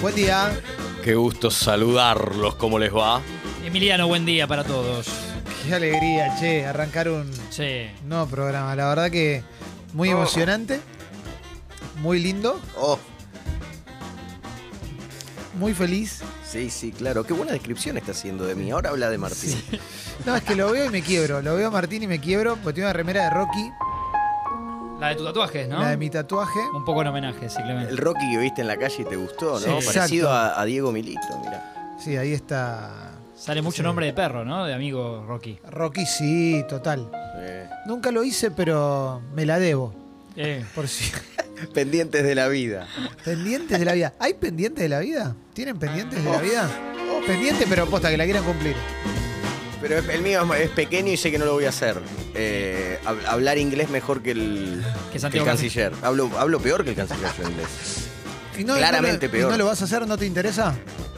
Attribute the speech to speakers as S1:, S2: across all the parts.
S1: buen día.
S2: Qué gusto saludarlos, ¿cómo les va?
S3: Emiliano, buen día para todos.
S1: Qué alegría, che, arrancar un
S3: Sí.
S1: nuevo programa. La verdad que muy emocionante, muy lindo,
S4: Oh,
S1: muy feliz.
S4: sí, sí, claro. Qué buena descripción está haciendo de mí. Ahora habla de Martín.
S1: No, es que lo veo y me quiebro. Lo veo a Martín y me quiebro porque tiene una remera de Rocky,
S3: La de tus tatuajes, ¿no?
S1: la de mi tatuaje.
S3: Un poco en homenaje, sí, Clemente.
S4: El Rocky que viste en la calle te gustó,
S3: Sí.
S4: ¿no?
S3: Exacto.
S4: Parecido a, a Diego Milito, mira.
S1: Sí, ahí está.
S3: Sale mucho
S1: Sí.
S3: nombre de perro, ¿no? De amigo Rocky.
S1: Rocky, sí, total.
S4: Eh,
S1: Nunca lo hice, pero me la debo.
S3: Eh,
S1: Por si.
S4: Pendientes de la vida.
S1: Pendientes de la vida. ¿Hay pendientes de la vida? ¿Tienen pendientes de la vida? Pendiente, pero posta, que la quieran cumplir.
S4: Pero es- el mío es, es pequeño y sé que no lo voy a hacer. Eh, hab- hablar inglés mejor que el,
S3: Que Santiago
S4: el canciller. Hablo, hablo peor que el canciller yo inglés.
S1: Y no-
S4: Claramente
S1: no lo- y
S4: peor.
S1: ¿No lo vas a hacer? ¿No te interesa?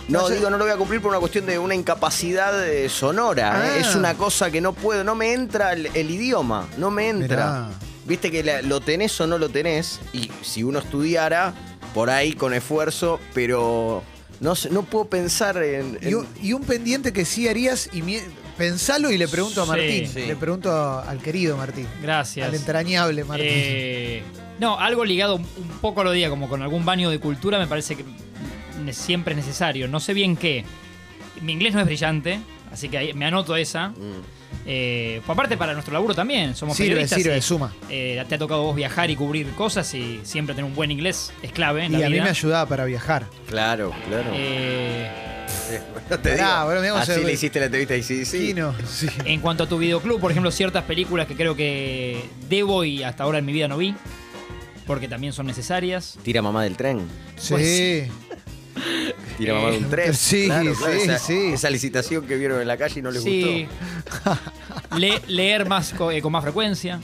S4: No,
S1: Entonces-
S4: digo, no lo voy a cumplir por una cuestión de una incapacidad eh, sonora.
S1: Ah.
S4: eh. Es una cosa que no puedo, no me entra el, el idioma, no me entra.
S1: Mirá.
S4: Viste que la- lo tenés o no lo tenés, y si uno estudiara, por ahí con esfuerzo, pero no, sé, no puedo pensar en... en-
S1: Y un, y un pendiente que sí harías, y mie- pensalo y le pregunto a
S3: Sí.
S1: Martín.
S4: Sí.
S1: Le pregunto a- al querido Martín. Al
S3: gracias.
S1: entrañable Martín.
S3: Eh, no, algo ligado un un poco a lo día, como con algún baño de cultura, me parece que ne- siempre es necesario. No sé bien qué. Mi inglés no es brillante, así que ahí me anoto esa.
S4: Mm.
S3: Eh, pues aparte para nuestro laburo también, somos
S1: sirve,
S3: periodistas.
S1: sirve,
S3: y,
S1: suma.
S3: eh, te ha tocado vos viajar y cubrir cosas y siempre tener un buen inglés es clave en
S1: Y
S3: la
S1: a mí
S3: vida.
S1: me ayudaba para viajar.
S4: Claro, claro.
S3: Eh,
S4: No te
S1: pará,
S4: digo,
S1: bueno, mirá cómo
S4: así
S1: se-
S4: le hiciste la entrevista y sí, sí.
S1: Kino, sí.
S3: En cuanto a tu videoclub, por ejemplo, ciertas películas que creo que debo y hasta ahora en mi vida no vi, porque también son necesarias.
S4: Tira mamá del tren.
S3: Pues
S1: Sí.
S4: Tira mamá de un tren.
S1: Eh, sí,
S4: Claro, claro,
S1: sí,
S4: esa,
S1: sí.
S4: Esa licitación que vieron en la calle y no les
S3: sí.
S4: gustó.
S3: Le- leer más co- eh, con más frecuencia.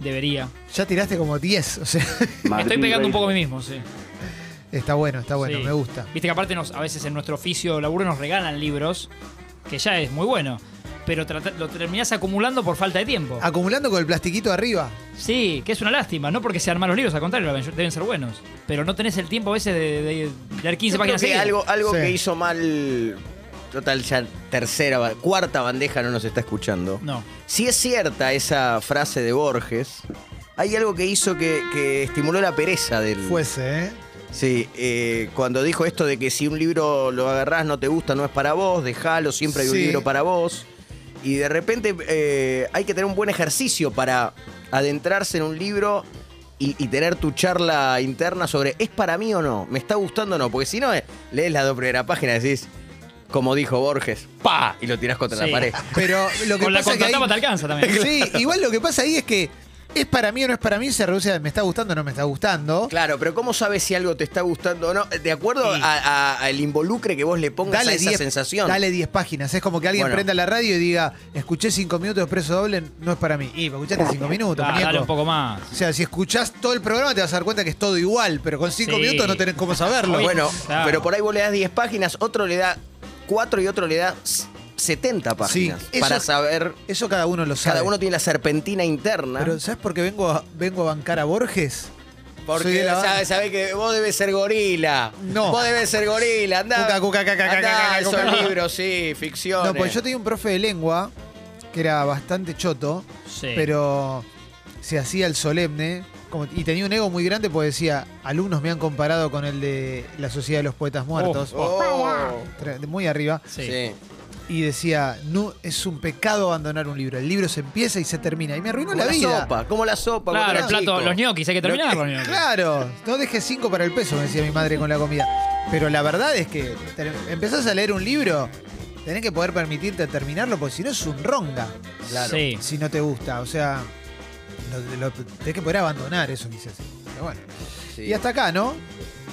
S3: Debería.
S1: Ya tiraste como 10. O sea,
S3: Me estoy pegando un poco a mí mismo, sí.
S1: está bueno, está bueno,
S3: Sí.
S1: me gusta.
S3: Viste que aparte nos, a veces en nuestro oficio laburo nos regalan libros, que ya es muy bueno, pero trata- lo terminás acumulando por falta de tiempo.
S1: Acumulando con el plastiquito arriba.
S3: Sí, que es una lástima, no porque sean malos libros, al contrario, la mayor- deben ser buenos. Pero no tenés el tiempo a veces de, de- de leer 15
S4: Yo creo
S3: páginas
S4: que
S3: seguidas.
S4: algo, algo
S1: Sí.
S4: que hizo mal. Total, ya tercera, ba- cuarta bandeja no nos está escuchando.
S3: No.
S4: Si es cierta esa frase de Borges, hay algo que hizo que, que estimuló la pereza del.
S1: Fuese, ¿eh?
S4: Sí, eh, cuando dijo esto de que si un libro lo agarrás no te gusta, no es para vos, dejalo, siempre hay un
S1: Sí.
S4: libro para vos. Y de repente eh, hay que tener un buen ejercicio para adentrarse en un libro y, y tener tu charla interna sobre ¿es para mí o no? ¿Me está gustando o no? Porque si no, eh, lees la dos primeras páginas y decís, como dijo Borges, ¡pa! Y lo tirás contra
S3: Sí.
S4: la pared.
S1: Pero lo que
S3: Con la
S1: pasa que ahí-
S3: contratapa te alcanza también. ¿eh?
S1: Sí, igual lo que pasa ahí es que es para mí o no es para mí, se reduce a me está gustando o no me está gustando.
S4: Claro, pero ¿cómo sabes si algo te está gustando o no? De acuerdo
S3: Sí.
S4: al a, al involucre que vos le pongas a esa
S1: 10
S4: sensación.
S1: Dale 10 páginas. Es como que alguien
S4: Bueno.
S1: prenda la radio y diga, escuché 5 minutos de expreso doble, no es para mí. Y pero escuchaste 5 minutos,
S3: Ah,
S1: muñeco.
S3: dale un poco más.
S1: O sea, si escuchás todo el programa te vas a dar cuenta que es todo igual, pero con 5
S3: Sí.
S1: minutos no tenés cómo saberlo.
S3: Oye,
S4: Bueno,
S3: claro.
S4: pero por ahí vos le das 10 páginas, otro le da 4 y otro le da s- 70 páginas.
S1: eso-
S4: para saber,
S1: Eso cada uno lo sabe.
S4: cada uno tiene la serpentina interna.
S1: Pero ¿sabes por qué vengo a, vengo a bancar a Borges? soy
S4: porque
S1: de la-
S4: sabes, sabés que vos debes ser gorila.
S1: No.
S4: Vos debes ser gorila. Andá.
S1: Cuca, cuca, caca,
S4: andá,
S1: caca, caca,
S4: esos
S1: cuca.
S4: libros, sí, ficción.
S1: No, pues yo tenía un profe de lengua que era bastante choto.
S3: Sí.
S1: pero se hacía el solemne como- y tenía un ego muy grande porque decía, alumnos me han comparado con el de la Sociedad de los Poetas Muertos,
S3: Oh,
S1: Tre- de muy arriba,
S3: Sí.
S4: Oh. Sí.
S1: y decía, no, es un pecado abandonar un libro, el libro se empieza y se termina, y me arruinó
S4: Como
S1: la
S4: la,
S1: vida.
S4: sopa, como la sopa. cuando
S3: Claro,
S4: era
S3: el plato,
S4: chico.
S3: los ñoquis, hay que terminar
S4: Pero-
S3: con los ñoquis.
S1: Claro, no dejes cinco para el peso, me decía mi madre con la comida. Pero la verdad es que te- empezás a leer un libro, tenés que poder permitirte terminarlo, porque si no es un ronga,
S4: Claro.
S3: Sí.
S1: si no te gusta, o sea, lo- lo- tenés que poder abandonar eso quizás. Pero bueno.
S4: Sí.
S1: Y hasta acá, ¿no?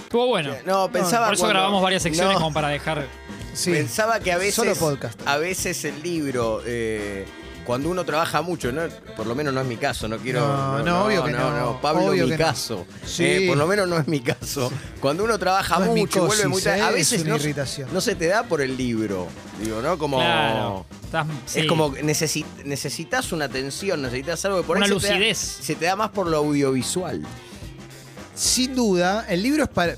S3: Estuvo bueno.
S4: No, pensaba.
S3: Por eso
S4: cuando-
S3: grabamos varias secciones
S4: No.
S3: como para dejar.
S1: Sí.
S4: Pensaba que a veces.
S1: Solo podcast.
S4: A veces el libro. eh, cuando uno trabaja mucho, ¿no? por lo menos no es mi caso, no quiero.
S1: No, no, obvio que no,
S4: Pablo,
S1: obvio
S4: mi
S1: que no.
S4: caso.
S1: Sí.
S4: Eh, por lo menos no es mi caso. Cuando uno trabaja
S1: No es
S4: mucho, y vuelve
S1: micosis,
S4: muy
S1: eh,
S4: tarde, A
S1: es
S4: veces
S1: una
S4: no,
S1: irritación.
S4: no se te da por el libro. Digo, ¿no? Como.
S3: Claro. Estás- sí.
S4: Es como que necesi- necesitas una atención, necesitas algo que por
S3: Una
S4: ahí se te da-
S3: lucidez.
S4: Se te, da, más por lo audiovisual.
S1: Sin duda, el libro es para.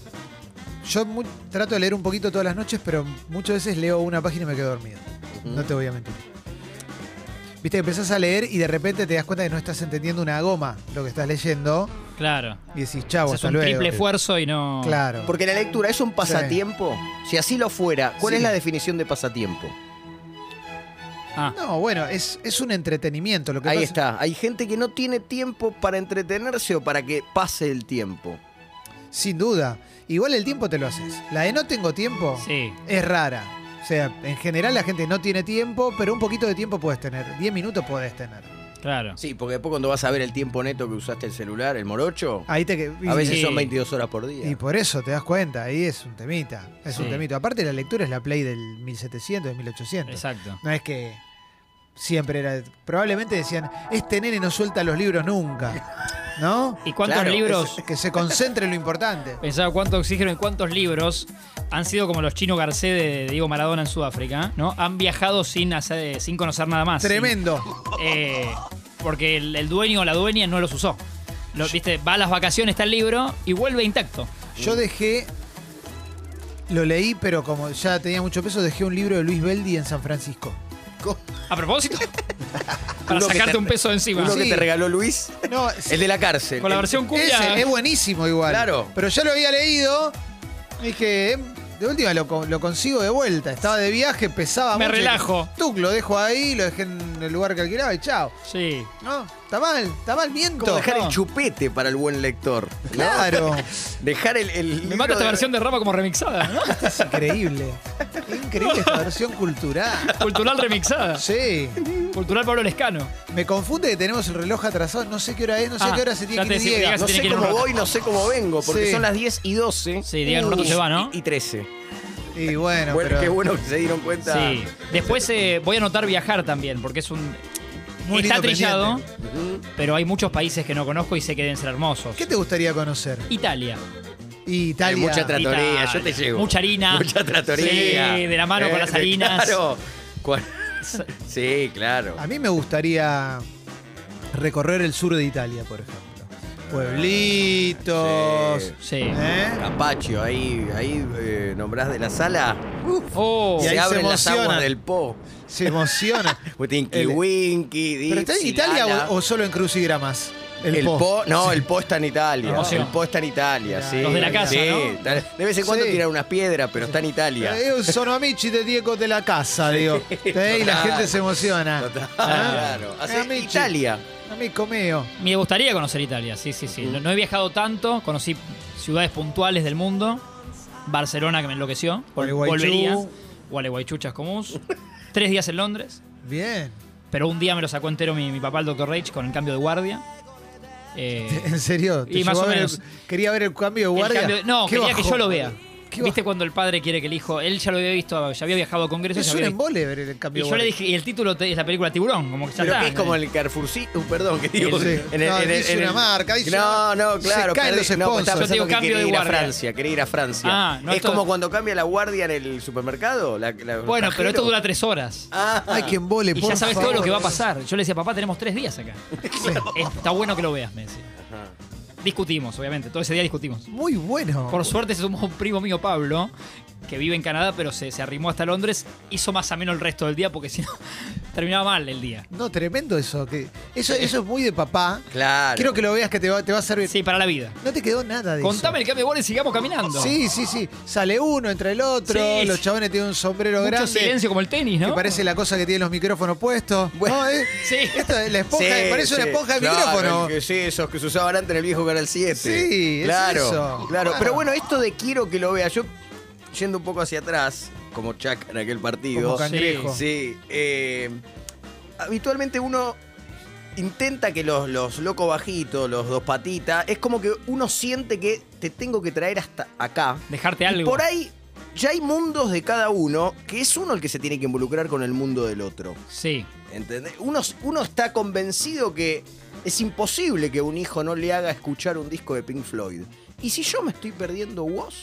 S1: Yo mu- trato de leer un poquito todas las noches, pero muchas veces leo una página y me quedo dormido. No te voy a mentir. Viste, empezás a leer y de repente te das cuenta que no estás entendiendo una goma lo que estás leyendo
S3: Claro.
S1: y decís, chavo,
S3: Haces
S1: Ah, hasta
S3: un
S1: luego.
S3: triple esfuerzo y no.
S1: Claro.
S4: Porque la lectura es un pasatiempo. Si así lo fuera, ¿cuál
S1: Sí.
S4: es la definición de pasatiempo?
S3: Ah,
S1: No, bueno, es, es un entretenimiento. Lo que
S4: Ahí
S1: pasa-
S4: está. Hay gente que no tiene tiempo para entretenerse o para que pase el tiempo.
S1: Sin duda. Igual el tiempo te lo haces. La de no tengo tiempo
S3: sí.
S1: es rara. O sea, en general la gente no tiene tiempo, pero un poquito de tiempo puedes tener. Diez minutos podés tener.
S3: Claro.
S4: Sí, porque después cuando vas a ver el tiempo neto que usaste el celular, el morocho,
S1: Ahí te que-
S4: a
S1: Ah, y-
S4: veces
S3: Sí.
S4: son 22 horas por día.
S1: Y por eso te das cuenta, ahí es un temita. Es un
S3: Sí.
S1: temito. Aparte, la lectura es la play del 1700, del 1800.
S3: Exacto.
S1: No es que siempre era. Probablemente decían, este nene no suelta los libros nunca. ¿No?
S3: ¿Y cuántos
S4: Claro,
S3: libros?
S1: Que se concentre en lo importante.
S3: Pensaba cuánto oxígeno y cuántos libros han sido como los chinos Garcé de Diego Maradona en Sudáfrica, ¿no? Han viajado sin, hacer, sin conocer nada más. sin-
S1: Tremendo.
S3: eh, porque el, el dueño o la dueña no los usó. Lo- Viste, va a las vacaciones, está el libro y vuelve intacto.
S1: Yo dejé. Lo leí, pero como ya tenía mucho peso, dejé un libro de Luis Beldi en San Francisco.
S3: A propósito, para
S4: Uno que
S3: sacarte
S4: te-
S3: un peso de encima.
S4: Uno que
S1: Sí.
S4: te regaló Luis,
S1: No,
S4: el de la cárcel.
S3: Con la
S4: El-
S3: versión cumbia.
S1: Ese, es buenísimo igual.
S4: Claro.
S1: Pero ya lo había leído. Dije, eh, de última lo, co- lo consigo de vuelta. Estaba de viaje, pesaba
S3: Me
S1: mucho.
S3: relajo.
S1: Tuc, lo dejo ahí, lo dejé en el lugar que alquilaba y chao.
S3: Sí.
S1: No, está mal, está mal, miento.
S4: Como dejar
S3: No.
S4: el chupete para el buen lector. ¿no?
S1: Claro,
S4: Dejar el. el
S3: Me
S4: libro
S3: mata esta
S4: de-
S3: versión de Rama como remixada, ¿no?
S1: es increíble. Increíble esta versión cultural.
S3: Cultural remixada.
S1: Sí,
S3: Cultural Pablo Lescano.
S1: me confunde que tenemos el reloj atrasado. No sé qué hora es, no sé
S3: Ah,
S1: qué hora se tiene
S3: ya
S1: que
S3: te
S1: ir
S3: decía,
S1: Diego.
S3: Diego.
S4: No
S3: Tiene que
S4: sé
S3: ir un
S4: cómo
S3: rato.
S4: voy, no sé cómo vengo, porque
S1: Sí.
S4: son las 10 y 12.
S3: Sí, digan un rato
S4: Y-
S3: se va, ¿no?
S4: Y, y 13.
S1: Y bueno,
S4: Bueno,
S1: pero
S4: qué bueno que se dieron cuenta.
S3: Sí. Después eh, voy a anotar viajar también, porque es un.
S1: Muy
S3: está
S1: lindo
S3: trillado,
S1: pendiente.
S4: Ujú.
S3: pero hay muchos países que no conozco y sé que deben ser hermosos.
S1: ¿qué te gustaría conocer?
S3: Italia.
S1: Italia.
S4: Hay mucha tratoría,
S3: Italia.
S4: yo te llevo.
S3: Mucha harina.
S4: Ah. Mucha tratoría. Eh,
S3: Sí, de la mano con las
S4: de-
S3: harinas.
S4: Claro. Cual- Sí, claro.
S1: A mí me gustaría recorrer el sur de Italia, por ejemplo. Pueblitos.
S4: Ah, Sí.
S3: Sí.
S1: ¿eh?
S4: Capacho, ahí, ahí eh, nombrás de la sala.
S3: Oh,
S1: Y ahí
S4: se
S1: se
S4: abren las
S1: emocionan.
S4: aguas del Po.
S1: Se emociona.
S4: Winky
S1: El-
S4: Winky,
S1: ¿Pero está en
S4: Dipsy,
S1: Italia
S4: Lala.
S1: o, o solo en crucigramas?
S4: El, po. No, el Po está en Italia.
S3: Emoción.
S4: El Po está en Italia, sí.
S3: Los de la casa,
S4: Sí,
S3: ¿no?
S4: tal- De vez en cuando
S1: Sí.
S4: tiran unas piedras, pero está en Italia.
S1: Eh, io sono amici de Diego de la casa, digo. Eh, Y la
S4: total.
S1: gente se emociona.
S4: Total,
S1: Ah.
S4: claro.
S1: Eh,
S4: Así,
S1: amici.
S4: Italia.
S1: Amico mio.
S3: me gustaría conocer Italia, sí, sí, sí. No, no he viajado tanto, conocí ciudades puntuales del mundo. Barcelona que me enloqueció. Vol-
S1: Gualeguaychú.
S3: Volvería. Gualeguaychú, Chascomús. Tres días en Londres.
S1: Bien.
S3: Pero un día me lo sacó entero mi, mi papá, el Dr. Rage, con el cambio de guardia. Eh,
S1: En serio. te
S3: Y más
S1: llevó a
S3: o
S1: ver el-
S3: menos.
S1: quería ver el cambio de
S3: el
S1: guardia.
S3: cambio de- no,
S1: Qué
S3: quería que
S1: bajón,
S3: yo lo vea.
S1: Qué
S3: ¿Viste
S1: bajón.
S3: cuando el padre quiere que el hijo.? Él ya lo había visto, ya había viajado a congresos. ya
S1: Es un
S3: había visto.
S1: embole ver el
S3: Y
S1: cambio de
S3: yo le
S1: guardia.
S3: dije, y el título te- es la película Tiburón, como que ya
S4: Pero
S3: está.
S4: que es como el Carrefourcito, uh, perdón, que digo.
S1: Sí. No, dice una marca, dice-
S4: no, no,
S1: se
S4: claro.
S1: caen
S4: perdí-
S1: los
S4: no, pues,
S1: sponsors.
S4: estaba
S3: Yo te digo
S4: pensando que
S3: cambio de
S4: quería ir a
S3: guardia.
S4: Francia, quería ir a Francia.
S3: Ah, no,
S4: es
S3: esto-
S4: como cuando cambia la guardia en el supermercado. la- la- los
S3: Bueno, pero
S4: cajeros.
S3: esto dura tres horas.
S4: Ah,
S1: Ay, qué embole,
S3: Y
S1: Eh, por
S3: ya sabes todo
S1: favor.
S3: lo que va a pasar. Yo le decía, papá, tenemos tres días acá. Eh, Está bueno que lo veas, me decía. Discutimos, obviamente. Todo ese día discutimos.
S1: Muy bueno.
S3: Por suerte se sumó un primo mío, Pablo, que vive en Canadá, pero se, se arrimó hasta Londres. Hizo más ameno el resto del día porque si no, terminaba mal el día.
S1: No, tremendo eso. Que eso, eso es muy de papá.
S4: Claro.
S1: Quiero que lo veas que te va, te va a servir.
S3: Sí, para la vida.
S1: No te quedó nada de
S3: Contame el
S1: eso.
S3: cambio de bola y sigamos caminando.
S1: Sí, sí, sí. Sale uno entre el otro.
S3: Sí.
S1: Los chabones tienen un sombrero
S3: Mucho
S1: grande.
S3: silencio como el tenis, ¿no?
S1: Que parece la cosa que tienen los micrófonos puestos. No, eh.
S3: Sí.
S1: Esto es la esponja,
S4: Sí,
S1: parece una
S4: sí,
S1: esponja de
S4: claro,
S1: micrófono.
S4: que sí, esos que se usaban antes en el viejo Canal 7.
S1: Sí, es
S4: claro.
S1: eso.
S4: Claro,
S1: Claro.
S4: pero bueno, esto de quiero que lo vea, yo yendo un poco hacia atrás, como Chac en aquel partido.
S1: Como cangrejo.
S4: Sí, eh, habitualmente uno intenta que los, los locos bajitos, los dos patitas, es como que uno siente que te tengo que traer hasta acá.
S3: Dejarte
S4: Y
S3: algo.
S4: por ahí ya hay mundos de cada uno que es uno el que se tiene que involucrar con el mundo del otro.
S3: Sí.
S4: ¿Entendés? Uno, uno está convencido que es imposible que un hijo no le haga escuchar un disco de Pink Floyd. Y si yo me estoy perdiendo vos.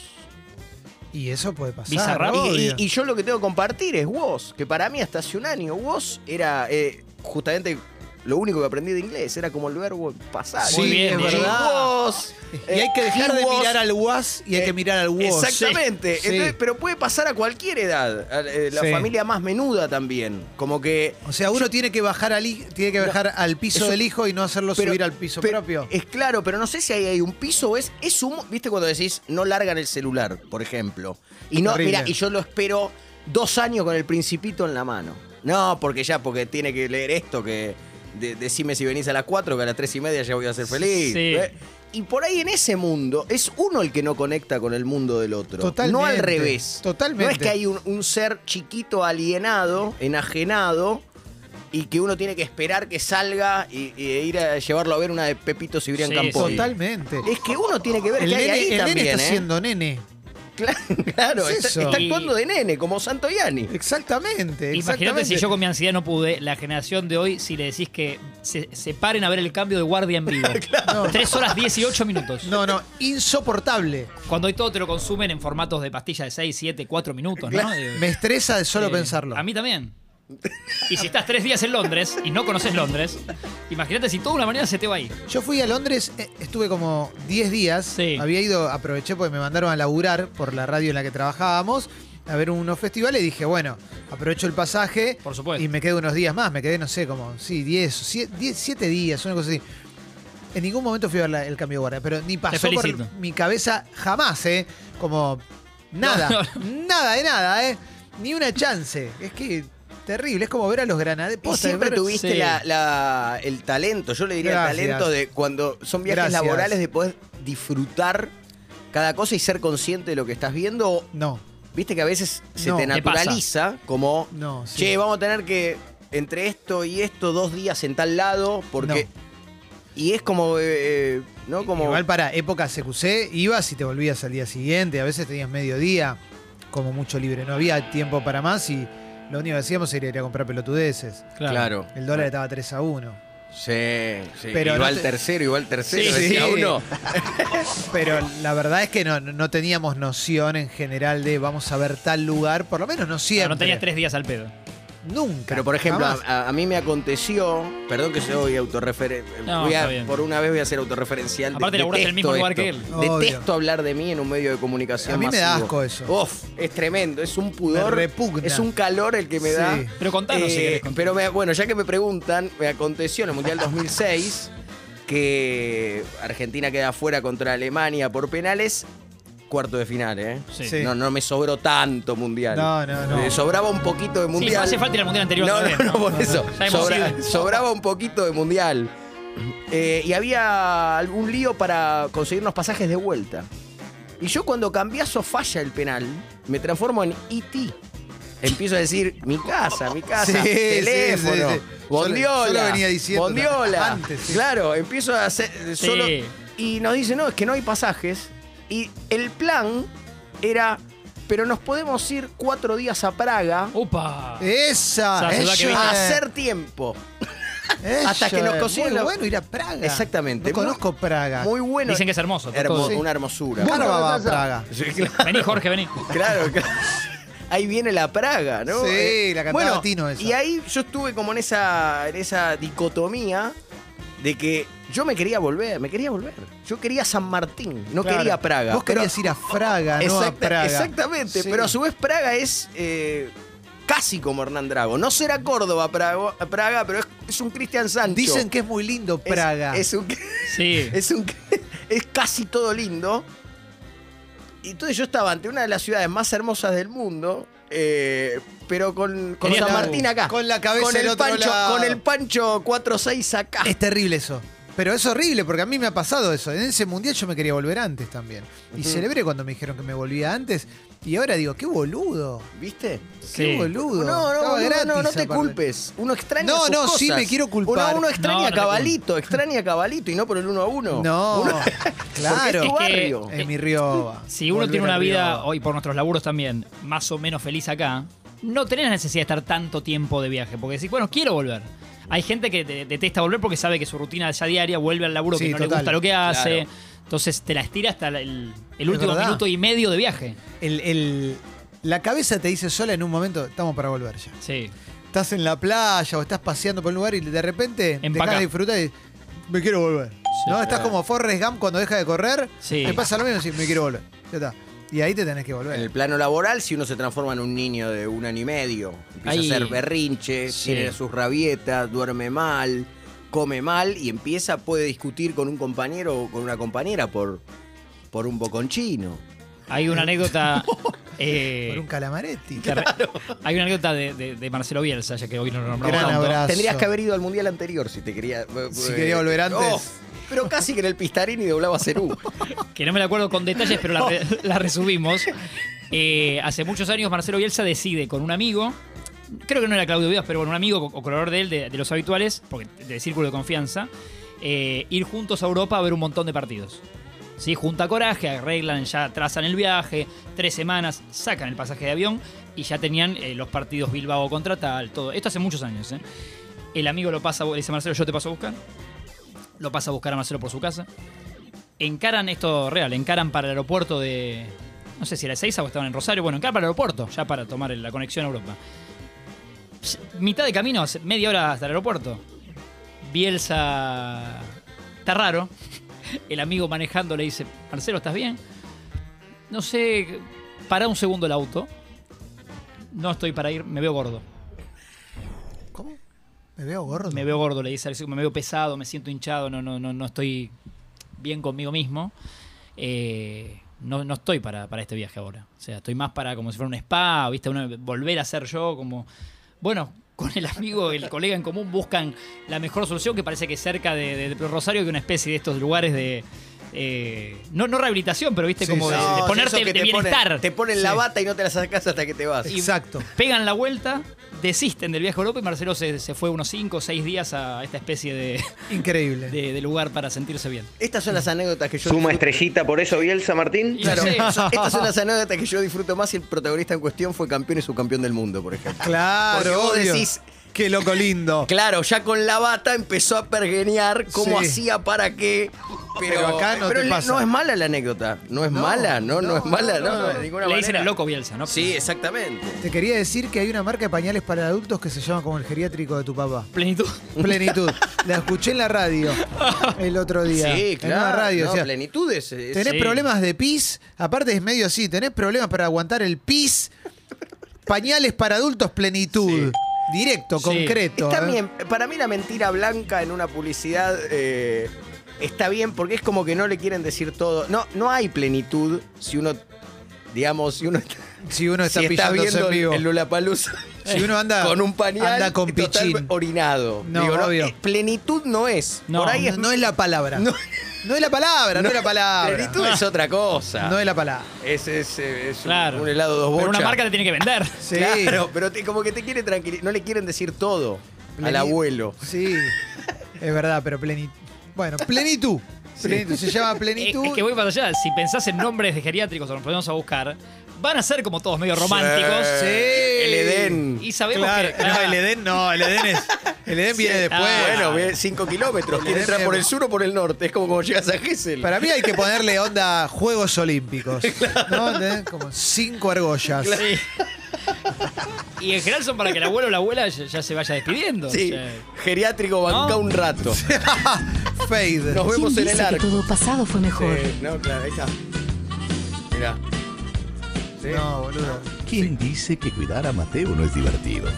S1: Y eso puede pasar.
S3: Bizarrap.
S4: Y, y-
S1: obvio.
S4: y yo lo que tengo que compartir es vos, que para mí hasta hace un año vos era eh, justamente lo único que aprendí de inglés era como el verbo pasar.
S1: Sí, Muy bien, es
S4: He
S1: verdad.
S4: was,
S1: Y hay que
S4: eh,
S1: dejar
S4: he
S1: de
S4: was.
S1: mirar al was y hay que
S4: Eh,
S1: mirar al was.
S4: Exactamente.
S1: Sí.
S4: Entonces, pero puede pasar a cualquier edad. A- eh, La
S1: Sí.
S4: familia más menuda también. Como que.
S1: O sea, uno tiene que bajar al hi- tiene que bajar al piso
S4: eso-
S1: del hijo y no hacerlo
S4: pero-
S1: subir al piso
S4: pero-
S1: propio.
S4: Es claro, pero no sé si ahí hay un piso o es. Es un. ¿Viste cuando decís no largan el celular, por ejemplo? Y no,
S1: Horrible.
S4: mira, y yo lo espero dos años con el principito en la mano. No, porque ya, porque tiene que leer esto que. de- decime si venís a las 4, que a las 3 y media ya voy a ser feliz.
S3: Sí.
S4: ¿eh? Y por ahí en ese mundo es uno el que no conecta con el mundo del otro. No al
S1: Totalmente,
S4: revés.
S1: totalmente.
S4: No es que hay un, un ser chiquito alienado, enajenado, y que uno tiene que esperar que salga y, y ir a llevarlo a ver una de Pepito Cibrián
S3: Sí,
S4: Campo.
S1: Totalmente.
S4: Es que uno tiene que ver
S1: El
S4: que hay
S1: nene,
S4: ahí
S1: el nene
S4: también,
S1: está
S4: ¿eh?
S1: siendo nene.
S4: Cla- Claro,
S1: Es
S4: está,
S1: eso.
S4: está
S3: Y-
S4: actuando de nene, como Santoyani.
S1: Exactamente.
S3: Imagínate si
S1: exactamente.
S3: yo con mi ansiedad no pude, la generación de hoy, si le decís que se, se paren a ver el cambio de guardia en vivo.
S1: No.
S3: 3 horas 18 minutos.
S1: No, no, insoportable.
S3: Cuando hoy todo te lo consumen en formatos de pastilla de 6, 7, 4 minutos, ¿no? Eh,
S1: Me estresa de solo
S3: eh,
S1: pensarlo.
S3: A mí también. Y si estás tres días en Londres y no conoces Londres, imagínate si toda una mañana se te va ahí.
S1: Yo fui a Londres, eh, estuve como 10 días.
S3: Sí.
S1: Había ido, aproveché porque me mandaron a laburar por la radio en la que trabajábamos a ver unos festivales y dije, bueno, aprovecho el pasaje
S3: Por supuesto.
S1: y me quedo unos días más. Me quedé, no sé, como, sí, 10, 7 días, una cosa así. En ningún momento fui a ver la- el cambio de guardia, pero ni pasó
S3: felicito.
S1: por mi cabeza jamás, ¿eh? Como nada,
S3: No,
S1: nada de nada, ¿eh? Ni una chance. Es que terrible, es como ver a los granaderos.
S4: Y siempre tuviste
S3: Sí.
S4: la- la- el talento, yo le diría
S1: Gracias.
S4: el talento de cuando son viajes
S1: Gracias.
S4: laborales de poder disfrutar cada cosa y ser consciente de lo que estás viendo. o-
S1: No,
S4: Viste que a veces se
S1: No.
S4: te
S1: Te
S4: naturaliza como,
S1: no, sí.
S4: che, vamos a tener que entre esto y esto dos días en tal lado porque... Y es como, eh, eh, ¿no? Como...
S1: Igual para época CQC ibas y te volvías al día siguiente, a veces tenías mediodía como mucho libre, no había tiempo para más y lo único que hacíamos era ir a comprar pelotudeces.
S4: claro.
S1: El dólar estaba 3 a 1.
S4: Sí, sí.
S1: Pero
S4: igual
S1: no te-
S4: tercero, igual tercero,
S1: Sí,
S4: decía
S1: sí.
S4: uno.
S1: Pero la verdad es que no, no teníamos noción en general de vamos a ver tal lugar, por lo menos no siempre.
S3: No tenías tres días al pedo.
S1: Nunca.
S4: Pero por ejemplo,
S1: jamás.
S4: a, a mí me aconteció, perdón que soy autorreferencial,
S3: No, está bien.
S4: por una vez voy a ser autorreferencial. de-
S3: Aparte laburaste en el mismo lugar
S4: detesto
S3: que
S4: esto.
S1: él. Obvio.
S4: Detesto hablar de mí en un medio de comunicación.
S1: A mí me da
S4: masivo.
S1: asco eso.
S4: Uf, es tremendo, es un pudor.
S1: Me repugna.
S4: Es un calor el que me da.
S1: Sí.
S3: Pero contanos si
S4: Eh,
S3: querés contar.
S4: Pero me- bueno, ya que me preguntan, me aconteció en el Mundial 2006 que Argentina queda fuera contra Alemania por penales, cuarto de final, ¿eh?
S3: Sí.
S1: Sí.
S4: No, no me sobró tanto Mundial.
S1: No, no, no.
S4: Me sobraba un poquito de
S3: Sí, no
S4: Mundial.
S3: hace falta ir al mundial anterior.
S4: No,
S3: también,
S4: no, no, por eso.
S3: Ya hemos
S4: Sobra-
S3: ido.
S4: sobraba un poquito de mundial. Eh, y había algún lío para conseguir unos pasajes de vuelta. Y yo cuando cambiazo falla el penal, me transformo en E.T. Empiezo a decir, mi casa, mi casa,
S1: Sí, sí,
S4: teléfono,
S1: sí, sí.
S4: bondiola,
S1: Yo lo- yo lo venía diciendo
S4: bondiola.
S1: antes, sí.
S4: Claro, empiezo a hacer eh,
S3: Sí.
S4: solo... Y nos dice, no, es que no hay pasajes. Y el plan era, pero nos podemos ir cuatro días a Praga
S3: Opa.
S1: Eh, Esa,
S3: O sea, se va que
S1: ella,
S4: a hacer tiempo. hasta
S1: ella,
S4: que nos
S1: muy
S4: consiguen la-
S1: bueno ir a Praga.
S4: Exactamente.
S1: No conozco Praga.
S4: Muy bueno.
S3: Dicen que es hermoso. está
S4: Hermo-
S3: todo.
S1: Sí.
S4: Una hermosura.
S1: Barba va a Praga.
S4: Sí, claro,
S3: Vení, Jorge, vení.
S4: claro, claro. Ahí viene la Praga, ¿no?
S1: Sí,
S4: Eh,
S1: la cantaba
S4: bueno,
S1: Tino esa.
S4: Y ahí yo estuve como en esa, en esa dicotomía de que yo me quería volver, me quería volver. Yo quería San Martín, no
S1: Claro.
S4: quería Praga.
S1: Vos
S4: Pero-
S1: querías ir a Fraga, no a
S4: Exacta-
S1: Praga.
S4: Exactamente,
S1: Sí.
S4: pero a su vez Praga es eh, casi como Hernán Drago. No será Córdoba Prago- Praga, pero es, es un Cristian Sancho.
S1: Dicen que es muy lindo
S4: Es-
S1: Praga.
S4: es un-
S3: Sí.
S4: es, un- es casi todo lindo. Y entonces yo estaba ante una de las ciudades más hermosas del mundo, eh, pero con, con
S3: Tenía
S4: San
S3: la-
S4: Martín acá.
S1: con la cabeza
S4: con el
S1: del otro
S4: pancho,
S1: lado.
S4: Con el pancho 4-6 acá.
S1: Es terrible eso. Pero es horrible porque a mí me ha pasado eso. En ese mundial yo me quería volver antes también. Y celebré cuando me dijeron que me volvía antes. Y ahora digo, qué boludo.
S4: ¿Viste?
S1: Qué
S3: Sí.
S1: boludo.
S4: No, no,
S1: Estaba
S4: no,
S1: gratis,
S4: no, no te
S1: aparte.
S4: culpes. Uno extraña
S1: No,
S4: sus
S1: no, sí
S4: cosas.
S1: me quiero culpar.
S4: Uno, uno extraña
S3: No, no
S4: a
S3: te
S4: Cabalito, extraña a Cabalito y no por el uno a uno.
S1: No,
S4: Uno-
S1: claro.
S4: Porque
S3: Es
S4: es tu
S3: que-
S4: barrio.
S1: Es mi Rioba.
S3: Si uno
S1: Volver
S3: tiene
S1: a
S3: una vida,
S1: Rioba.
S3: hoy por nuestros laburos también, más o menos feliz acá, no tenés la necesidad de estar tanto tiempo de viaje. Porque decís, bueno, quiero volver. Hay gente que de- detesta volver porque sabe que su rutina ya diaria vuelve al laburo
S1: Sí,
S3: que no le
S1: total.
S3: gusta lo que hace. Entonces te la estira hasta la- el,
S1: Es
S3: el último
S1: verdad.
S3: minuto y medio de viaje.
S1: El- el- la cabeza te dice sola en un momento, estamos para volver ya.
S3: Sí.
S1: estás en la playa o estás paseando por un lugar y de repente
S3: Empaca.
S1: dejas de disfrutar y me quiero volver. ¿No? Estás como Forrest Gump cuando deja de correr.
S3: Sí.
S1: Te pasa lo mismo y decís, me quiero volver. Ya está. Y ahí te tenés que volver.
S4: En el plano laboral, si uno se transforma en un niño de un año y medio, empieza
S3: Ahí-
S4: a hacer berrinche,
S3: Sí.
S4: tiene sus rabietas, duerme mal, come mal y empieza, puede discutir con un compañero o con una compañera por, por un boconchino.
S3: Hay una anécdota. eh,
S1: Por un calamaretti.
S3: que re- Hay una anécdota de, de- de Marcelo Bielsa, ya que hoy no lo nombramos.
S1: Gran
S3: tanto.
S1: abrazo.
S4: Tendrías que haber ido al mundial anterior si te quería. eh, oh,
S1: Si quería volver antes.
S4: pero casi que en el pistarín y doblaba Cerú.
S3: que no me la acuerdo con detalles, pero la, re- la resumimos. Eh, hace muchos años Marcelo Bielsa decide con un amigo, creo que no era Claudio Vivas, pero bueno, un amigo o color de él, de, de los habituales, porque del círculo de confianza, eh, ir juntos a Europa a ver un montón de partidos. ¿Sí? Junta coraje, arreglan, ya trazan el viaje, tres semanas, sacan el pasaje de avión y ya tenían eh, los partidos Bilbao contra tal, todo. Esto hace muchos años. ¿eh? El amigo lo pasa, le dice Marcelo, yo te paso a buscar. Lo pasa a buscar a Marcelo por su casa encaran esto real, encaran para el aeropuerto de. No sé si era Ezeiza o estaban en Rosario. Bueno, encaran para el aeropuerto, ya para tomar la conexión a Europa. S- Mitad de camino, hace media hora hasta el aeropuerto. Bielsa. Está raro. El amigo manejando le dice: Marcelo, ¿estás bien? No sé. Para un segundo el auto. No estoy para ir, me veo gordo.
S1: ¿Cómo? Me veo gordo.
S3: Me veo gordo, le dice al psicólogo, me veo pesado, me siento hinchado, no, no, no, no estoy bien conmigo mismo. Eh, no, no estoy para, para este viaje ahora. O sea, estoy más para como si fuera un spa, ¿viste? Una- volver a ser yo, como. Bueno, con el amigo, el colega en común buscan la mejor solución que parece que es cerca de, de- de Rosario, que una especie de estos lugares de. eh, no, no rehabilitación, pero viste,
S1: Sí,
S3: como
S1: sí.
S3: de, de
S1: No,
S4: eso
S3: ponerte
S4: que
S3: de
S4: te ponen-
S3: bienestar.
S4: te ponen la
S1: Sí.
S4: bata y no te la sacas hasta que te vas.
S3: Y-
S1: Exacto.
S3: pegan la vuelta, desisten del viaje a Europa y Marcelo se, se fue unos 5 o 6 días a esta especie de,
S1: Increíble.
S3: de, de lugar para sentirse bien.
S4: Estas son las anécdotas que yo
S5: Suma
S4: disfruto-
S5: estrellita por eso Bielsa Martín.
S3: Y
S4: Claro,
S3: sí,
S4: estas son las anécdotas que yo disfruto más si el protagonista en cuestión fue campeón y subcampeón del mundo, por ejemplo. Porque
S1: Claro,
S4: vos
S1: obvio.
S4: decís-
S1: Qué loco lindo.
S4: Claro, ya con la bata empezó a pergenear cómo
S1: Sí.
S4: hacía para qué. Pero,
S1: Pero acá no
S4: pero
S1: te
S4: le-
S1: pasa.
S4: no es mala la anécdota. No es
S1: No,
S4: mala, no, no,
S1: no,
S4: es mala,
S1: no,
S4: no,
S1: no,
S4: de
S1: no.
S4: ninguna
S3: le
S4: manera.
S3: dicen el loco Bielsa, ¿no?
S4: Sí, exactamente.
S1: Te quería decir que hay una marca de pañales para adultos que se llama como el geriátrico de tu papá.
S3: Plenitud.
S1: Plenitud. La escuché en la radio el otro día.
S4: Sí,
S1: En una
S4: claro.
S1: radio.
S4: no,
S1: o sea,
S4: plenitudes. es-
S1: tenés
S3: Sí.
S1: problemas de pis, aparte es medio así, tenés problemas para aguantar el pis. Pañales para adultos, plenitud. Directo,
S3: Sí.
S1: concreto.
S4: Está
S1: ¿eh?
S4: bien, para mí la mentira blanca en una publicidad eh, está bien porque es como que no le quieren decir todo. No, no hay plenitud si uno, digamos, si uno está,
S1: Si uno está
S4: si está
S1: pillándose
S4: viendo
S1: en vivo.
S4: el Lollapalooza
S1: Si uno anda
S4: con un pañal
S1: anda con
S4: total
S1: pichín.
S4: orinado.
S1: No,
S4: Digo,
S1: obvio.
S4: eh, plenitud no es.
S3: No,
S4: Por ahí es,
S1: No, no es la palabra. No,
S4: No.
S1: es la palabra, no, es la palabra.
S4: plenitud es otra cosa.
S1: No es la palabra.
S4: es, es, eh, es un-
S3: Claro.
S4: un helado dos bochas.
S3: Pero una marca te tiene que vender.
S1: Sí.
S4: Claro, pero te- como que te quiere tranquilizar. No le quieren decir todo al
S1: Pleni-
S4: abuelo.
S1: Sí, es verdad, pero plenitud. Bueno, plenitud. Plenitud, se llama
S4: Eh,
S3: Es,
S1: plenitud.
S3: es que voy para allá. Si pensás en nombres de geriátricos o nos ponemos a buscar, van a ser como todos medio románticos.
S1: Sí.
S4: El Edén.
S3: Y sabemos que.
S1: Claro,
S3: claro,
S1: No, el Edén no, el Edén es. El Edén viene
S3: Sí,
S1: después.
S3: ah.
S4: Bueno, ve 5 kilómetros.
S1: Le
S4: Tiene entrar
S1: demos.
S4: por el sur o por el norte. Es como cuando llegas a Gessel.
S1: Para mí hay que ponerle onda Juegos Olímpicos. ¿No? ¿Entendés? Como cinco argollas.
S3: sí. Y en general son para que el abuelo o la abuela ya, ya se vaya despidiendo.
S4: Sí,
S3: O sea,
S4: geriátrico banca
S3: ¿No?
S4: un rato.
S1: Fade.
S4: Nos vemos
S6: ¿Quién
S4: en el
S6: dice que
S4: arco.
S6: todo pasado fue mejor?
S4: Sí, no, claro, ahí está. Mirá. Sí.
S1: No, boludo.
S7: ¿Quién dice que cuidar a Mateo no es divertido?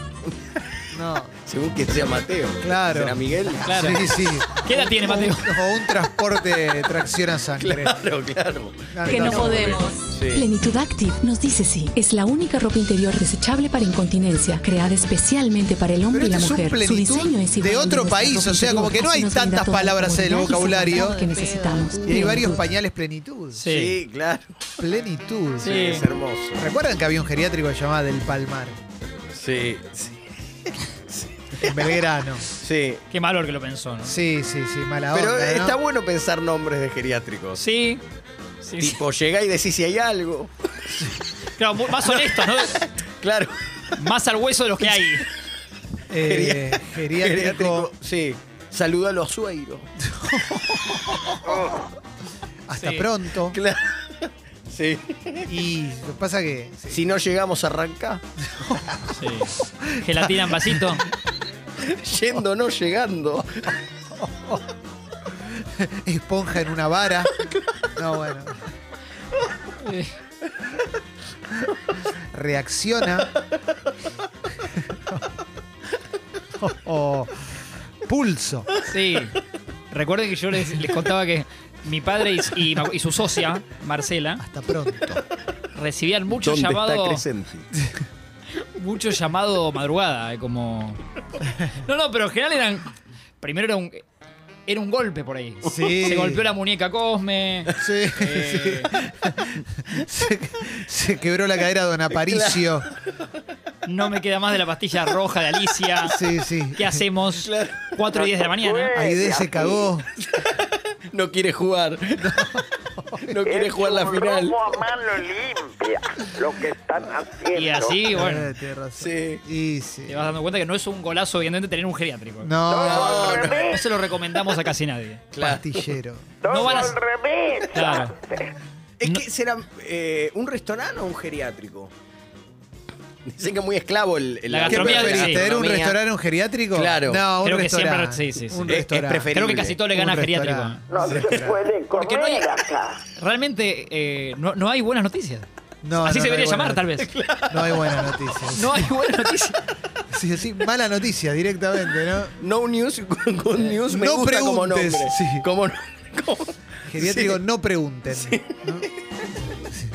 S1: No.
S4: Según que sea Mateo.
S1: Claro.
S4: ¿Será Miguel?
S3: Claro.
S1: Sí, sí.
S3: ¿Qué edad tiene,
S1: O un-
S3: Mateo?
S1: O un transporte de tracción a sangre.
S4: Claro, claro.
S6: Que no podemos.
S4: Sí.
S6: Plenitud Active nos dice sí. Es la única ropa interior desechable para incontinencia, creada especialmente para el hombre
S1: Pero
S6: y la
S1: este es un
S6: mujer. Su
S1: plenitud
S6: diseño es igual
S1: de
S6: al
S1: otro
S6: nuestra
S1: país,
S6: ropa
S1: o sea, como
S6: interior,
S1: que no
S6: así
S1: hay
S6: nos brinda
S1: tantas
S6: toda la
S1: palabras en el
S6: comodidad y
S1: vocabulario.
S6: seguridad que necesitamos.
S1: Y hay varios
S6: Plenitud.
S1: pañales plenitud.
S3: Sí.
S4: Sí, claro.
S1: Plenitud.
S3: Sí.
S4: Es hermoso.
S1: ¿Recuerdan que había un geriátrico que se llamaba Del Palmar?
S4: Sí, sí.
S1: En Belgrano.
S4: sí.
S3: Qué malo el que lo pensó, ¿no?
S1: Sí, sí, sí, mala
S4: Pero eh,
S1: onda. ¿no?
S4: está bueno pensar nombres de geriátricos.
S3: Sí. Sí, sí.
S4: Tipo, llegá y decís si hay algo.
S3: Claro, mu- más honesto, ¿no?
S4: Claro.
S3: Más al hueso de los que hay.
S1: Eh, geriátrico.
S4: Geriátrico. Sí. Saluda a los sueiros.
S1: Hasta
S3: Sí.
S1: pronto.
S4: Claro. Sí.
S1: Y lo que pasa que. sí.
S4: Si no llegamos a arrancar,
S3: Sí. Gelatina en vasito.
S4: yendo, no llegando.
S1: Esponja en una vara. No, bueno.
S3: Eh,
S1: Reacciona. Oh, Pulso.
S3: Sí. Recuerden que yo les, les contaba que mi padre y, y- y su socia, Marcela,
S1: Hasta pronto.
S3: recibían mucho
S4: ¿Dónde está
S3: llamado,
S4: Crescenti?
S3: mucho llamado madrugada, eh, como... No, no, pero en general eran... Primero era un, era un golpe por ahí.
S1: Sí.
S3: Se golpeó la muñeca Cosme.
S1: Sí,
S3: Eh,
S1: sí. Se, se quebró la cadera Don Aparicio.
S3: No me queda más de la pastilla roja de Alicia.
S1: Sí, sí.
S3: ¿Qué hacemos? 4 y 10 de la mañana.
S1: Aide se cagó.
S4: No quiere jugar. No quiere
S5: Es
S4: jugar la
S5: un
S4: final.
S5: robo a mano limpia lo que están haciendo.
S3: Y así,
S1: Eh,
S3: bueno,
S1: tenés razón.
S4: Sí.
S1: Y sí.
S3: te vas dando cuenta que no es un golazo, evidentemente, tener un geriátrico.
S1: No,
S5: Todo al
S3: No
S5: revés,
S3: se lo recomendamos a casi nadie.
S1: pastillero.
S5: todo
S3: No van a-
S5: al revés.
S3: Claro.
S4: Es
S3: No.
S4: que será eh, un restaurante o un geriátrico. Dicen que es muy esclavo el, el-
S3: La
S1: ¿Qué
S3: gastronomía de-
S1: preferís?
S3: sí.
S1: ¿Tener un
S4: gastronomía.
S1: restaurante o un geriátrico?
S4: Claro.
S1: No, un
S3: Creo que siempre-
S1: restaurante.
S3: sí, sí, sí.
S1: Un
S4: Es- es
S1: restaurante.
S4: preferible.
S3: Creo que casi todo le gana
S1: ganas
S3: a geriátrico.
S5: No se puede
S3: Porque no hay-
S5: comer acá.
S3: Realmente eh, no, no hay buenas noticias. Así se debería llamar, tal vez.
S1: No hay buena noticia.
S3: No hay buenas noticias.
S1: Sí, sí, mala noticia directamente, ¿no?
S4: No news, good news me
S1: No
S4: gusta como nombre.
S1: preguntes, sí.
S4: Como, como-
S1: Geriátrico, no pregunten. ¿no? Sí.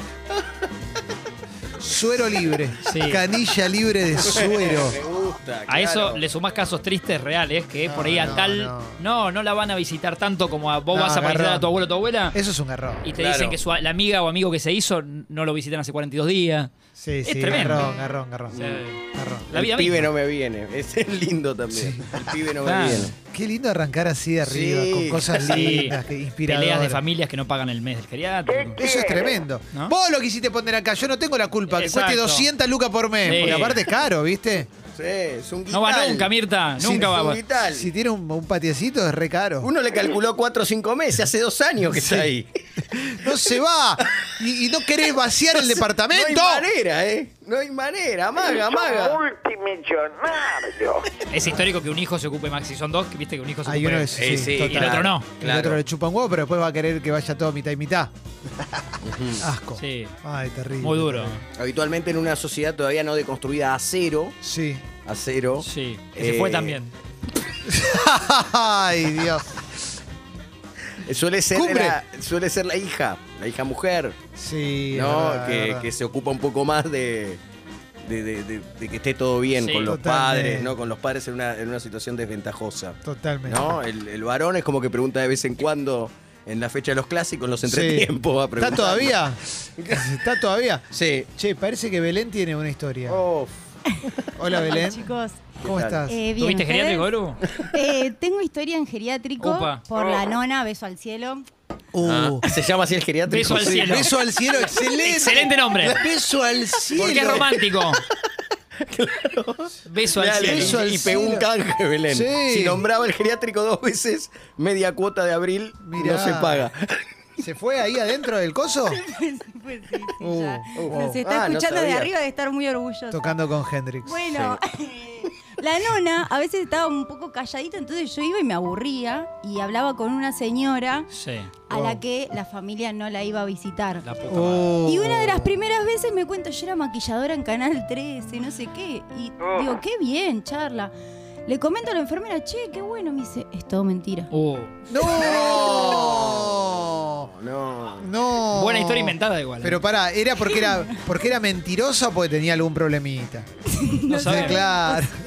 S1: Suero libre.
S3: Sí.
S1: Canilla libre de suero.
S4: Me gusta,
S3: A eso
S4: claro.
S3: le sumás casos tristes reales, que por ahí a
S1: no,
S3: tal.
S1: no.
S3: No. no, la van a visitar tanto como a vos
S1: No,
S3: vas a visitar
S1: garrón.
S3: a tu abuelo o tu abuela.
S1: Eso es un garrón.
S3: Y te
S4: Claro.
S3: dicen que su, la amiga o amigo que se hizo no lo visitan hace 42 días.
S1: Sí,
S3: Es
S1: sí,
S3: tremendo.
S1: garrón, garrón, garrón.
S3: Sí.
S1: Garrón.
S3: La vida
S4: el pibe
S3: misma.
S4: no me viene. Ese Es lindo también. El pibe no
S3: Claro.
S4: me viene.
S1: Qué lindo arrancar así de arriba,
S4: Sí.
S1: con cosas
S3: Sí.
S1: lindas, que inspiradoras.
S3: Peleas de familias que no pagan el mes del geriátrico.
S1: Eso es tremendo.
S3: ¿No?
S1: Vos lo quisiste poner acá, yo no tengo la culpa, que
S3: Exacto.
S1: cueste 200 lucas por mes,
S3: Sí.
S1: porque aparte es caro, ¿viste?
S4: Sí, es un
S3: No va
S4: guital.
S3: nunca, Mirta. Nunca
S4: Sí, es
S3: va.
S4: un guital.
S1: Si tiene un, un patiecito es re caro.
S4: Uno le calculó cuatro o cinco meses, hace dos años que está ahí.
S1: No se va. Y, y no querés vaciar el departamento.
S4: No hay manera, ¿eh? No hay manera. Amaga, amaga.
S5: multimillonario.
S3: Es histórico que un hijo se ocupe más. Si son dos, que viste que un hijo se
S1: Hay
S3: ocupe
S1: uno que sí,
S4: Eh, sí,
S3: y
S1: total.
S3: el otro no.
S1: El otro le chupa un huevo, pero después va a querer que vaya todo mitad y mitad. Asco.
S3: Sí.
S1: Ay, terrible.
S3: Muy duro.
S4: Habitualmente en una sociedad todavía no deconstruida a cero.
S1: Sí.
S4: A cero.
S3: Sí. Se
S4: Eh,
S3: fue también.
S1: Ay, Dios.
S4: Suele ser,
S1: Cumbre.
S4: la, suele ser la hija, la hija mujer,
S1: Sí. es
S4: ¿no?
S1: verdad, es
S4: que,
S1: verdad.
S4: que se ocupa un poco más de, de- de- de- de que esté todo bien
S3: Sí.
S4: con los
S1: Totalmente.
S4: padres, ¿no? Con los padres en una, en una situación desventajosa,
S1: Totalmente.
S4: ¿no? El, el varón es como que pregunta de vez en cuando, en la fecha de los clásicos, en los
S1: Sí.
S4: entretiempos, va
S1: ¿Está
S4: preguntando.
S1: todavía? ¿Está todavía?
S4: Sí.
S1: Che, parece que Belén tiene una historia.
S4: Oh,
S1: Hola,
S8: Hola,
S1: Belén.
S8: chicos.
S1: ¿Cómo
S4: ¿Qué tal?
S1: estás?
S8: Eh, bien,
S3: ¿Tuviste
S8: ¿ustedes?
S3: geriátrico, Eru?
S8: Eh, tengo historia en geriátrico
S3: Opa.
S8: por la nona, beso al cielo.
S1: Uh.
S4: Ah. ¿Se llama así el geriátrico?
S3: Beso al
S4: Sí.
S3: cielo.
S1: Beso al cielo, excelente.
S3: Excelente nombre.
S1: Beso al cielo.
S3: Porque es romántico. Beso al
S4: Dale,
S3: cielo.
S1: beso al
S4: y pegó un
S1: cielo.
S4: canje, Belén.
S1: Sí.
S4: Si nombraba el geriátrico dos veces, media cuota de abril
S1: Mirá.
S4: no se paga.
S1: ¿Se fue ahí adentro del coso?
S8: Pues sí, sí,
S1: Uh,
S8: ya.
S4: uh,
S8: Nos
S4: ah,
S8: está
S4: no
S8: escuchando de
S4: sabía.
S8: arriba de estar muy orgulloso.
S1: Tocando con Hendrix.
S8: Bueno, la nona a veces estaba un poco calladita, entonces yo iba y me aburría y hablaba con una señora
S3: Sí.
S8: a
S1: Wow.
S8: la que la familia no la iba a visitar.
S3: La puta madre.
S1: Oh.
S8: Y una de las primeras veces me cuento, yo era maquilladora en Canal 13, no sé qué. Y digo, qué bien, charla. Le comento a la enfermera, che, qué bueno. Me dice, es todo mentira.
S1: Oh.
S3: Uh,
S1: ¡No!
S4: No.
S1: No.
S3: Uh, Buena historia inventada igual.
S1: Pero pará, ¿era porque era, porque era mentirosa o porque tenía algún problemita?
S3: ¿eh? no
S1: Sí,
S3: sabemos.
S1: claro.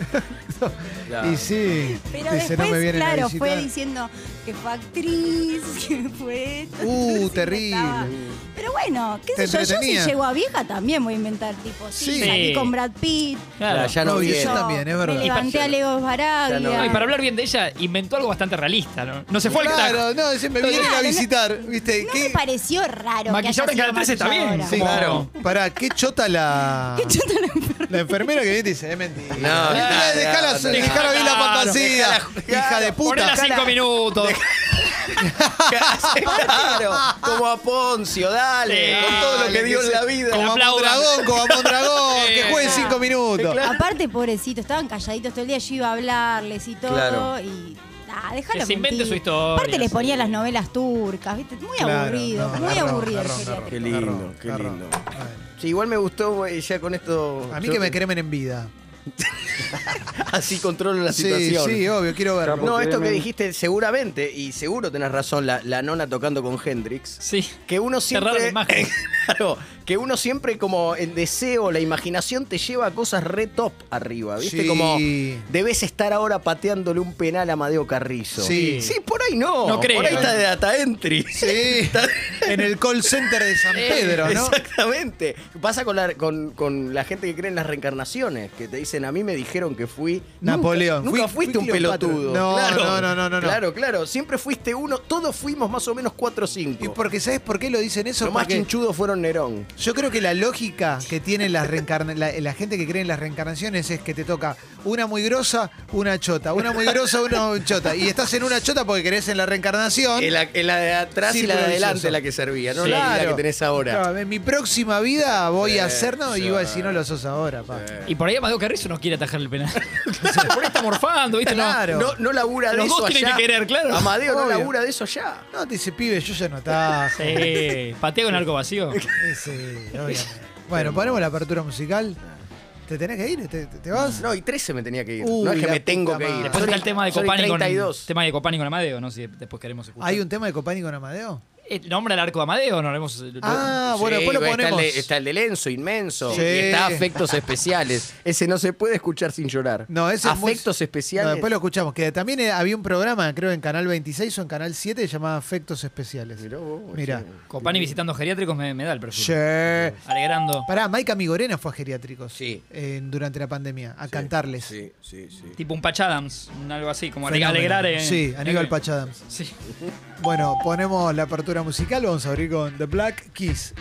S4: Claro.
S1: Y sí.
S8: Pero
S1: Dice,
S8: después,
S1: no me vienen a
S8: claro,
S1: visitar.
S8: fue diciendo que fue actriz, que fue esto.
S1: Uh,
S8: entonces inventaba.
S1: terrible.
S8: Pero bueno, qué
S1: Te
S8: sé yo, yo si
S1: entretenía.
S8: llego a vieja también voy a inventar tipo, sí,
S1: Sí.
S8: salí con Brad Pitt.
S3: Claro.
S4: Ya no
S1: No, y
S4: viene.
S1: yo también, es verdad.
S8: Me levanté a Leo Baraglia.
S4: Ya no.
S3: No, y para hablar bien de ella, inventó algo bastante realista, ¿no? No se fue al taco.
S1: Claro, no, dice, me vienen a
S8: Claro, no-
S1: visitar. ¿Viste?
S8: No
S1: ¿Qué?
S8: me pareció raro.
S3: Maquilladora en
S8: que haya
S3: Canal 13
S8: sido
S3: está bien.
S8: maquilladora.
S1: Sí,
S3: Como-
S1: claro. Pará, qué chota la. Qué chota la enfermera. que viene y te dice, es mentira.
S4: No,
S1: Dejala-
S4: no, no,
S1: dejala,
S4: no,
S1: dejala vivir la
S3: claro.
S1: fantasía.
S4: Dejala-
S1: hija de
S3: Ponela
S1: puta.
S3: cinco minutos.
S4: claro, como a Poncio, dale,
S3: Sí,
S4: con todo lo que
S1: dale,
S4: dio
S1: que
S4: en la
S1: se-
S4: vida.
S1: Como a
S3: Aplaudan.
S1: Mondragón, como a Mondragón, que jueguen cinco minutos.
S8: Aparte, pobrecito, estaban calladitos todo el día, yo iba a hablarles y todo.
S4: Claro.
S8: Y. Ah, déjalo
S3: Que se invente
S8: mentir.
S3: su historia,
S8: Aparte les
S3: sí.
S8: ponía las novelas turcas, ¿viste? Muy
S1: Claro,
S8: aburrido,
S1: no,
S8: muy
S1: garrón,
S8: aburrido. el
S1: garrón,
S8: geriatra.
S1: garrón.
S4: Qué lindo,
S1: Garrón,
S4: qué
S1: garrón.
S4: lindo.
S1: Bueno.
S4: Sí, igual me gustó, güey, ya con esto.
S1: A mí
S4: yo-
S1: que me cremen en vida.
S4: Así controlo la
S1: Sí,
S4: situación.
S1: sí, obvio, quiero verlo.
S4: No, esto que dijiste seguramente, y seguro tenés razón, la, la nona tocando con Hendrix.
S3: Sí.
S4: Que uno siempre.
S3: rara la imagen.
S4: claro, que uno siempre como el deseo, la imaginación te lleva a cosas re top arriba. ¿Viste?
S1: Sí.
S4: Como debes estar ahora pateándole un penal a Madeo Carrizo.
S1: Sí.
S4: Sí, por ahí no.
S3: No creo.
S4: Por ahí está de data entry.
S1: Sí, en el call center de
S4: Eh,
S1: San Pedro, ¿no?
S4: Exactamente. Pasa con la, con, con la gente que cree en las reencarnaciones, que te dicen, a mí me dijeron que fui...
S1: Napoleón.
S4: Nunca, nunca
S1: Fui-
S4: fuiste
S1: fui
S4: un
S1: Cleopatra.
S4: pelotudo.
S1: No,
S4: Claro.
S1: no, no, no, no, no.
S4: Claro, claro. Siempre fuiste uno. Todos fuimos más o menos cuatro o
S1: Y
S4: cinco.
S1: porque, ¿sabes por qué lo dicen eso?
S4: Los más
S1: Porque
S4: chinchudos fueron Nerón.
S1: yo creo que la lógica que tiene la, reencarna- la, la gente que cree en las reencarnaciones es que te toca una muy grosa, una chota, una muy grosa, una muy chota. Y estás en una chota porque crees en la reencarnación.
S4: En la, en la de atrás y la de
S1: Círculo
S4: adelante
S1: vicioso.
S4: la que servía, no
S3: Sí.
S4: la, la que
S1: Claro.
S4: tenés ahora.
S1: Claro, en mi próxima vida voy a
S4: Sí,
S1: hacer, no,
S4: sí.
S1: y iba a decir, no lo sos ahora, pa.
S3: Y por ahí Amadeo Carrizo no quiere atajar el penal. por ahí está morfando, ¿viste? No.
S1: Claro.
S4: No, no labura de
S3: Los
S4: eso
S3: dos tienen
S4: allá.
S3: que querer, claro.
S4: Amadeo no
S1: Obvio.
S4: labura de eso allá.
S1: No, te dice, pibe, yo ya no estaba.
S3: Sí, patea con arco vacío.
S1: obviamente. Bueno, ponemos la apertura musical. ¿Te tenés que ir? ¿Te, te- te vas?
S4: Ah. No, y 13 me tenía que ir.
S1: Uy,
S4: no es que
S1: la
S4: me tengo
S1: puta
S4: que
S1: madre.
S4: ir.
S1: Después
S3: Después está
S4: Soy-
S3: el tema de
S4: soy
S3: Copani con,
S4: 32.
S3: tema de Copani con Amadeo, no sé si después queremos escuchar.
S1: ¿Hay un tema de Copani con Amadeo?
S3: Eh, ¿Nombra el arco de Amadeo? No lo hemos...
S1: Ah, bueno,
S4: Sí,
S1: después lo
S4: está el
S1: ponemos.
S4: de- Está el de Lenzo, inmenso.
S1: Sí.
S4: Y está Afectos Especiales. Ese no se puede escuchar sin llorar.
S1: No, ese es muy-
S4: Afectos
S1: No,
S4: Especiales.
S1: después lo escuchamos. Que también eh, había un programa, creo, en Canal 26 o en Canal 7 llamado Efectos Especiales.
S4: Mirá vos,
S1: Mirá.
S3: Copani visitando geriátricos me, me da el perfil.
S1: Che.
S3: Alegrando.
S1: Pará, Maika Migorena fue a geriátricos
S4: Sí.
S1: eh, durante la pandemia a cantarles.
S4: Sí, sí, sí.
S3: Tipo un Pachadams, algo así, como
S1: Fenómeno.
S3: alegrar. eh.
S1: Sí, Aníbal Pachadams.
S3: Sí.
S1: Bueno, ponemos la apertura musical. Vamos a abrir con The Black Keys.